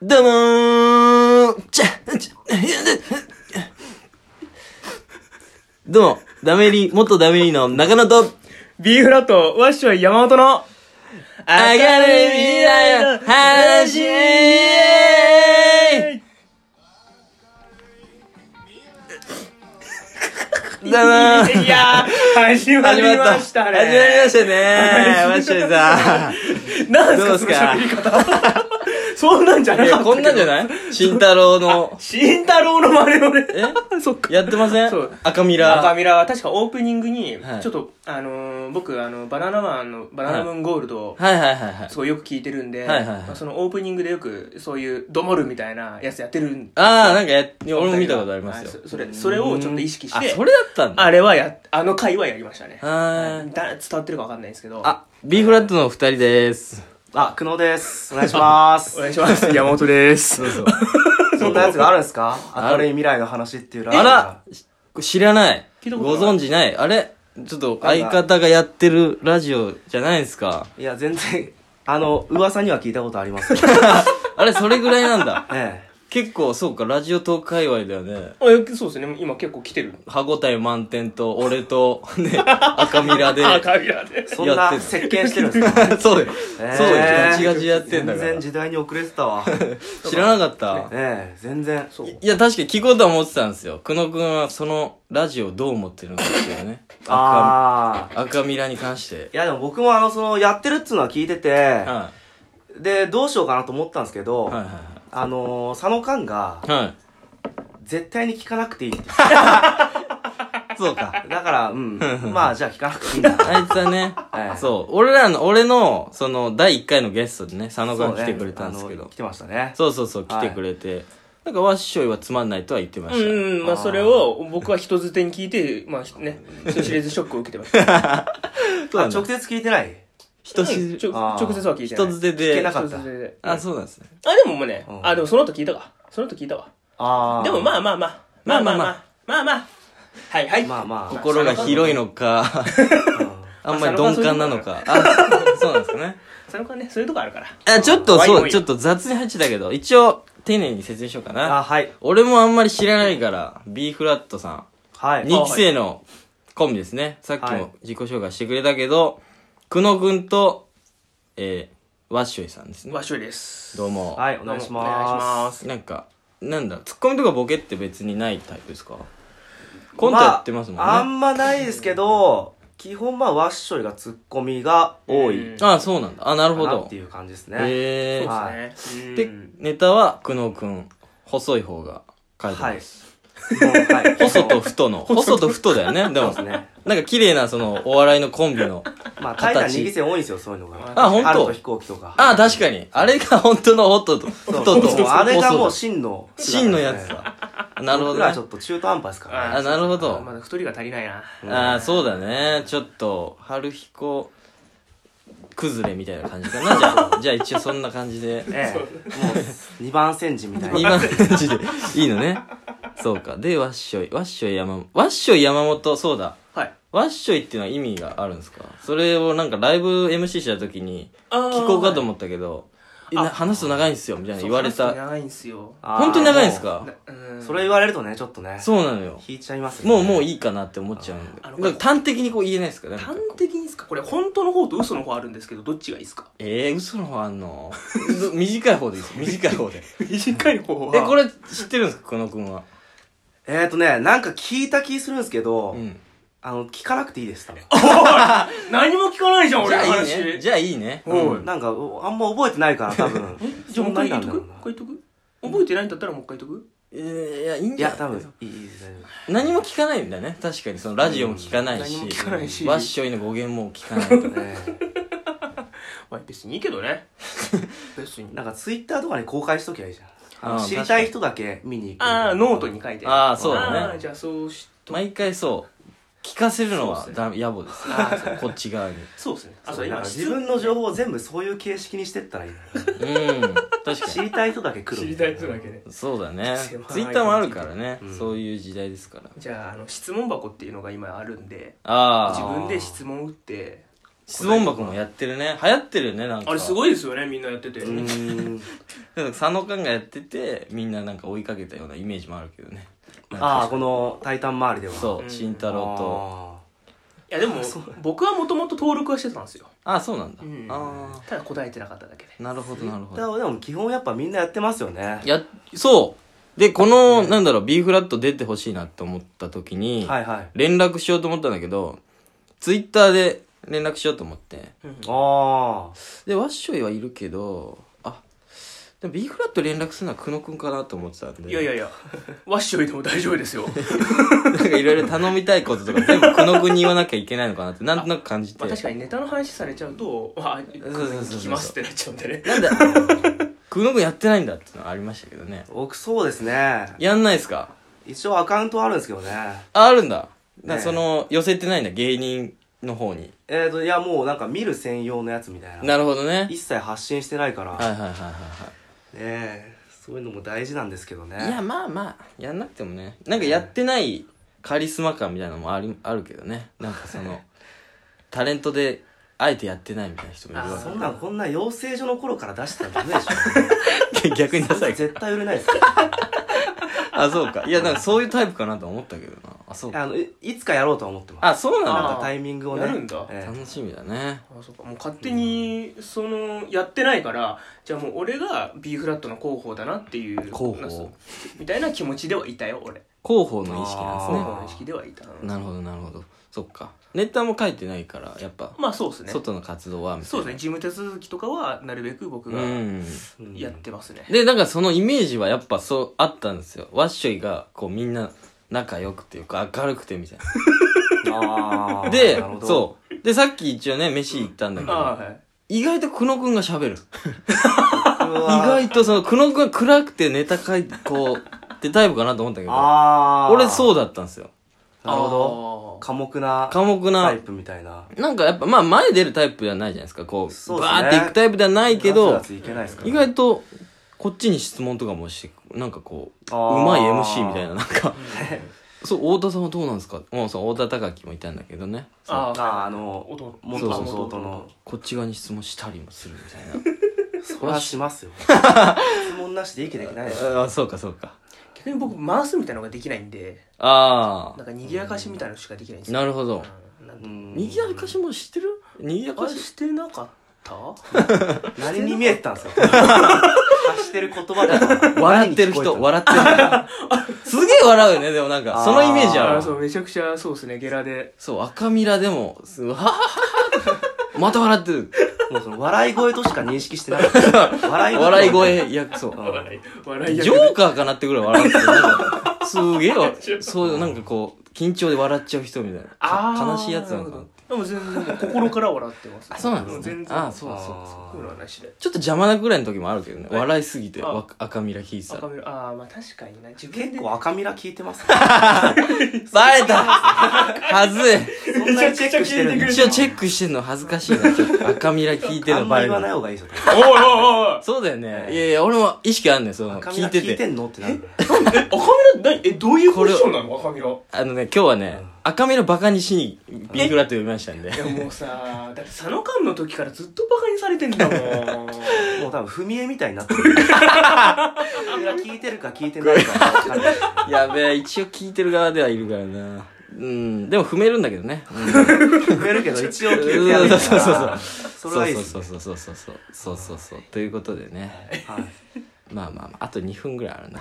どうもーちゃ、ちゃ、どうも、ダメリ、元ダメリの中野と、 B フラット、ワッショイ山本の、明るい未来の話どうもーいやー、始まりました始まりね。ましたねー。マシューさなんすか、どうその喋り方。そんなんじゃん。ないかったや、こけど。んなんじゃいない慎太郎の、慎太郎の真似をね。えそっか。やってませんそう赤ミラ赤ミラは確かオープニングには、いちょっと、あのー、僕、あの、バナナマンの、バナナムーンゴールドを、はいはいはいはいす。ごいよく聞いてるんで、はいはいはいまあそのオープニングでよくそういうドモルみたいなやつやってるんあー、なんかや、いや俺も見たことありますはよい。そそれそれをちょっと意識してあ、それだったんだ。あれはやあの回はやりましたねはーいはいだ伝わってるかわかんないですけどあ、B フラットの二人です。あ、久能です。お願いします。お願いします山本ですそうそう。 そんなやつがあるんですかある明るい未来の話っていうラジオあら知らない。聞いたこごとない存知ない。あれちょっと相方がやってるラジオじゃないですか。いや、全然、あの、噂には聞いたことあ ります。あれそれぐらいなん だ。え結構そうか、ラジオトーク界隈だよね。あえそうですね今結構来てる歯応え満点と、俺と、ね、赤ミラで。あカビラ でえ。そんやってな、る席巻してるんですかそうだよ。え えそうだよ。ガチガチやってんだか全然ら。時代に遅れてた わ。え知らなかった。え、全然。そういや、確かに聞こうとは思ってたんですよ。久野くんはそのラジオどう思ってるのかっていうね。赤、ああ。赤ミラに関してい。や、でも僕もあの、その、やってるっつうのは聞いてて、はで、どうしようかなと思ったんですけど、い。はいはあのー、佐野勘が、いはい。はい。絶対に聞かなくていいって言っ そうか。てだか ら、うん。まあ、じゃあ聞かなくていいんだな。あいつはね、ええそう、俺らの、俺の、その、第1回のゲストでね、佐野そがうね来てくれたんですけあどの来、てましたね。そうそうそう、来はいてくれて、なんか、わっしょいはつまんないとは言ってまうした。ん、まあ、あーそれを僕は人づてに聞いて、まあひね、人知れずショックを受けてました。そうあなんだ直接聞いてない人うん知ちる、ょあー直接は聞いてない。人捨て聞けでな、かった人づてで。あ、あ、そうなんですね。でももうねう、んあ、でもその後聞いたか。その後聞いたわ。ああ。でもまあまあまあ。まあまあまあ。まあまあ。はいはい。まあまあ心が広いのか、あんまり鈍感なのか。あ、そうなんですかね。佐野君はね、そういうとこあるから。あ、ちょっと、おいおいそう、ちょっと雑に入ってたけど、一応、丁寧に説明しようかあ、な。はい。俺もあんまり知らないから、B フラットさん。はい。 2期生のコンビですね。さっきはいも自己紹介してくれたけど、久野くんと、えー、ワッショイさんですねわ。しょいです。どうも。はい、お願いしまなんか、なんだろう、ツッコミとかボケって別にないタイプですかコントやってますもんね。まあ、あんまないですけど、基本まあ、ワッショイがツッコミが多いうんああ、そうなんだ。あ、なるかほなどって。いう感じですね。へえそー。ですね。で、ネタは久野くん。細い方が書いてます。はい。細と太 の。細と太だよね。でも、そうですね。なんか綺麗なその、お笑いのコンビの。まあ、タイタン2期生多いんですよ、そういうのが。あほんと春と飛行機とか。ああ、確かに。あれが本当のホットと、太そうとそう、あれがもう細真の。だ、真のやつ。だ。なるほ僕ど、らねちょ。っと中途半端ですからね。あなるほどまだ太りが足りないな。ああ、そうだね。ちょっと、春彦、崩れみたいな感じかな。じゃあ、じゃあ 一応そんな感じで。ええ。もう、2番煎じみたいな。今の感じで。いいのね。そうか。で、わっしょい。わっしょい山、わっしょい山本、そうだ。はい。わっしょいっていうのは意味があるんですかそれをなんかライブ MC した時に、あー聞こうかと思ったけど、えな話すと長いんすよ、みたいな言われそう話すた。の長いんすよ。あー本当に長いんですかなうんもうそれ言われるとね、ちょっとね、そうなのよ。引いちゃいますよもうねもういいかなって思っちゃうんで。だあのから端的にこう言えないですかなんか端的にですかこれ本当の方と嘘の方あるんですけど、どっちがいいですかえー、嘘の方あんの ど短い方でいいです。 短い方で。短い方え、こ れ知ってるんですかこのくんは。えーとね、なんか聞いた気するんですけど、うん。あの、聞かなくていいです、多何も聞かないじゃん、じ俺ゃのあいい話。ね。じゃあいいね。おい分。なんか、おあんま覚えてないから、多分。じゃあもう一回言っとくそもうんな一回言っんだとく覚えてないんだったらもう一回言っとくえーいや、いいんいじゃや、ない多分、いい、いい、大丈何も聞かないんだね。確かに、そのラジオも聞かないし。うん何も聞かないしワッショイの語源も聞かない と夫。ねまあ別にいいけどね。別にえ。なんか、ツイッターとかに公開しときゃいいじゃん。ああのー知りたい人だけ見に行く。ああ、ノートに書いて。あーそうだねあーじゃあそうしと毎回そう、聞かせるのはそうっすだ野暮です。こっち側に。そうですね。あ、そそうう、なん今か、自分の情報を全部そういう形式にして ったらいいのよ。うん。確か知りたい人だけ来る。人だけで。に。そうだね狭い。ツイッターもあるからねう。んそういう時代ですから。じゃあ、あの、質問箱っていうのが今あるんで、あ自あ。分で質問打って、質問箱もやってるね流行ってるよねなんかあれすいごいですよね、みんなやってて。うーん佐野くんがやっててみんななんか追いかけたようなイメージもあるけどねああこの「タイタン」周りではうそううん慎太郎といやでもそう僕はもともと登録はしてたんですよああそうなんだ、うんあただ答えてなかっただけであなるほどなるほでどもでも基本やっぱみんなやってますよねやそうでこの、なんだろう B フラット出てほしいなって思った時に、はいはい連絡しようと思ったんだけどツイッターで連絡しようと思ってあでワッショイはいるけどあでも B フラット連絡するのは久野くんかなと思ってたんでいやいやいやワッショイでも大丈夫 ですよなんかいろいろ頼みたいこととか全部久野くんに言わなきゃいけないのかなってなんとなく感じてまあ確かにネタの話されちゃうと「あ聞きます」ってなっちゃうんでねなんで久野くんやってないんだってのはありましたけどねあ僕そうですねやんないですか一応アカウントはあるんですけどねああるんだなねえその寄せてないんだ芸人の方にえーといやもうなんか見る専用のやつみたいななるほどね一切発信してないから、はいねはいはいはいえそういうのも大事なんですけどねはいいやまあまあやんなくてもねなんかやってないカリスマ感みたいなのもありあるけどねなんかそ のタレントであえてやってないみたいな人もいるあそわんなんこんな養成所の頃から出してたんダメでしけ 逆に ダょサい絶対売れないですよあそうかいやなんかそういうタイプかなと思ったけどなあそうかあのいいつかやろうとは思ってますあそうなんなだんかタイミングをねやるんだええ楽しみだねあそうかもう勝手にそのやってないからじゃあもう俺が B フラットの候補だなっていう候補なそうみたいな気持ちではいたよ俺広報の意識なんです候ね補の意識ではいたうんなるほどなるほどそっかネタも書いてないからやっぱまあそうですね外の活動はみたいなそうですね事務手続きとかはなるべく僕がうんうんやってますねでなんかそのイメージはやっぱそうあったんですよワッショイがこうみんな仲良くていうか明るくてみたいあなーでなるほどそうでさっき一応ね飯行ったんだけああどはい意外と久野くんが喋る意僕は外とその久野くんが暗くてネタ書いてこうってタイプかなと思ったけどああ俺そううだったんですよなるほどど寡黙な寡黙タなイプみたいななんかやっぱまあ前出るタイプではないじゃないですかこうそうですねバーっていくタイプではないけどガツガツいけないですから意外とこっちに質問とかもしてなんかこううあーまい MC みたいななんかそう太田さんはどうなんですかもうそう太田隆樹もいたんだけどねそうあああーあの弟元弟のこっち側に質問したりもするみたいそれはします よ質問なしで生きていけないですな あーそうかそうか逆に僕回すみたいなのができないんであなんか賑やかしみたいなのしかできないんあですよなるほどうんなんうでんにぎやかしも知ってるにぎやあかれししてなかった何に見えてたんですか発してる言葉が 笑ってる人笑笑ってる人すげえ笑うよねでもなんかそのイメージああるあ そうめちゃくちゃそうですねゲラでそう赤ミラで もすははははまた笑ってるもうその笑い声としか認識してなかった笑い 声笑い声いやそう笑い笑いジョーカーかなってぐらい笑うんですよなんか。すげえ わ、そういう、なんかこう、緊張で笑っちゃう人みたいな。か悲しいやつなのかな。でも全然もう心から笑ってます、あそうなんですね全然あそうそうそうそういうのはなしでちょっと邪魔なぐらいの時もあるけどね。え笑いすぎて、あわ赤ミラ引いてた赤ら。目ああまあ確かにな自分結で構赤ミラ聞いてますバレた はずいそんなにチェックしてるんで一応チェックしてんの恥ずかしいな。ちょっと赤ミラ聞いてるあのんまバりレ言わないる。方がいいですよおいおいそうだよね。いやいや、俺も意識あんねん、その、赤ミ聞ラいて聞いてて。んのってなるおいえ赤目何えどういうポジションなの赤目があのね、今日はね、赤ミラバカにしに、ビーグラと呼びましたんでい。やもうさだって佐野間の時からずっとバカにされてんだもんもう多分踏み絵みたいになってる赤ミラ聞いてるか聞いてないか分かんないやべえ、一応聞いてる側ではいるからな。うん、でも踏めるんだけどね。うん踏めるけど一応聞いてやるからそうそうそうそれはいいですそうそうそうそうそうそうそうそうそうということでねはいまあまあまああと2分ぐらいあ るな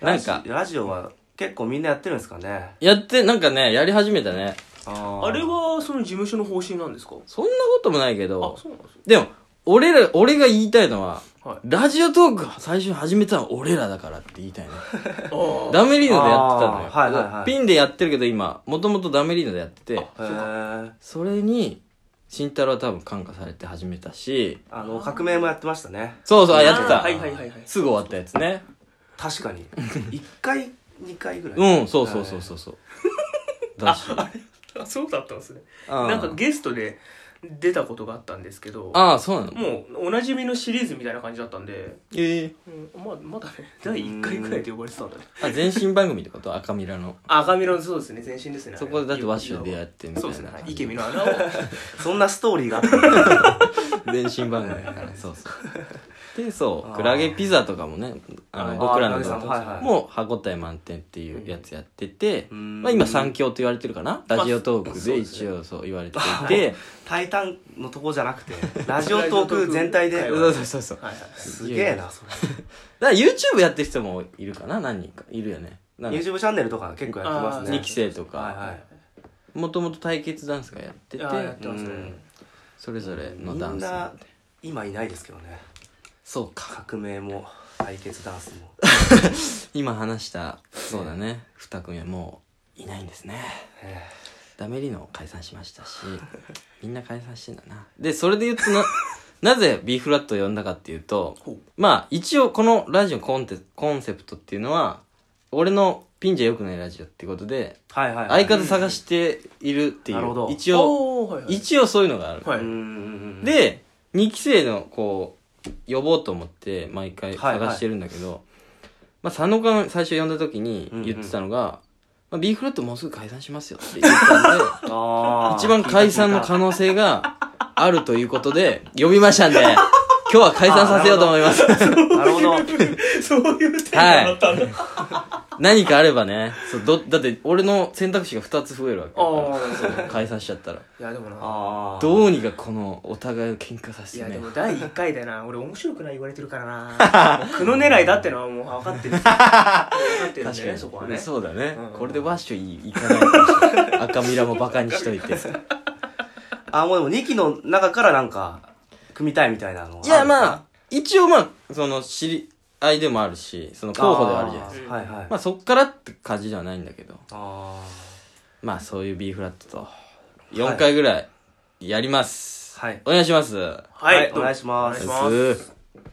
なんかラジオは結構みんなやってるんですかねやってなんかねやり始めたねああれはその事務所の方針なんですかそんなこともないけあどそうなんですよでも俺ら俺が言いたいのははいラジオトーク最初に始めたのは俺らだからって言いたいねあダメリーノでやってたのよ、あーはいはいはいピンでやってるけど今もともとダメリーノでやっててへえそれに慎太郎は多分感化されて始めたしあの革命もやってましたねそうそうああやってたはいはいはいはいすぐ終わったやつね 確かに一回二回ぐらいうん、そうそうそうそうそう。だし。あそうだったんですねうんなんかゲストで出たことがあったんですけどああそうなのもうおなじみのシリーズみたいな感じだったんで、ええうんまあまだね第1回くらいで呼ばれてたんだねあ全身番組ってこと赤ミラの赤身のそうですね全身ですねそこでだってワッシュと出会っってみてたいそうなですねはい感イじケメンの穴を そんなストーリーがあったんだ全身番組だからそうそうでそあうークラゲピザとかもねああーの僕らのクラゲさんはいはいもう歯応え満点っていうやつやってて、うんまあ、今三強と言われてるかなあラジオトークそうでです一ね応そう言われていて、タイタンのとこじゃなくてラジオトーク全体でラジオそトーうクそうそうそうはいはいすげえなそれだから YouTube やってる人もいるかな何人かいるよねなんか YouTube チャンネルとか結構やってますあーね2期生とはいかはいもともと対決ダンスがやっててあーやってうますねんそれぞれのダンスみんななんで今いないですけどねそうか革命も対決ダンスも今話したそうだね2組はもういないんですねえダメリノ解散しました しみんな解散してんだなでそれで言うとな なぜ B フラットを呼んだかっていうとほうまあ一応このラジオのコンテコンセプトっていうのは俺のピンじゃ良くないラジオってことでーはいはいはい相方探しているっていなるほうど一応おーはいはい一応そういうのがある、はいうんで2期生のこう呼ぼうと思って毎回探してるんだけど、まあ、佐野君最初呼んだ時に言ってたのが「まあ、B フラットもうすぐ解散しますよ」って言ってたんであー一番解散の可能性があるということで呼びましたんで今日は解散させようと思いますなるほ どそういうテーマだったんだ、何かあればねそうどだって俺の選択肢が2つ増えるわけだあかあそうら解散しちゃったらいやでもなあーどうにかこのお互いを喧嘩させいてやねでも第1回だな俺 面白くない言われてるから な苦の狙いだってのはもう分かってる分かってるん確でかねにそこはねそうだね、うんこれでワッシュいい行かない かもしれない赤ミラもバカにしといていあもうでも2期の中からなんか組みたいみたいなのやまああ一応まあその知り合いでもあるしその候補ではあるじゃないですすかはいはいかまあそっからって感じではないんだけどあまあそういう B フラットと4回ぐらいやります、はいお願いしますーはいどうおも願いしおま願いすします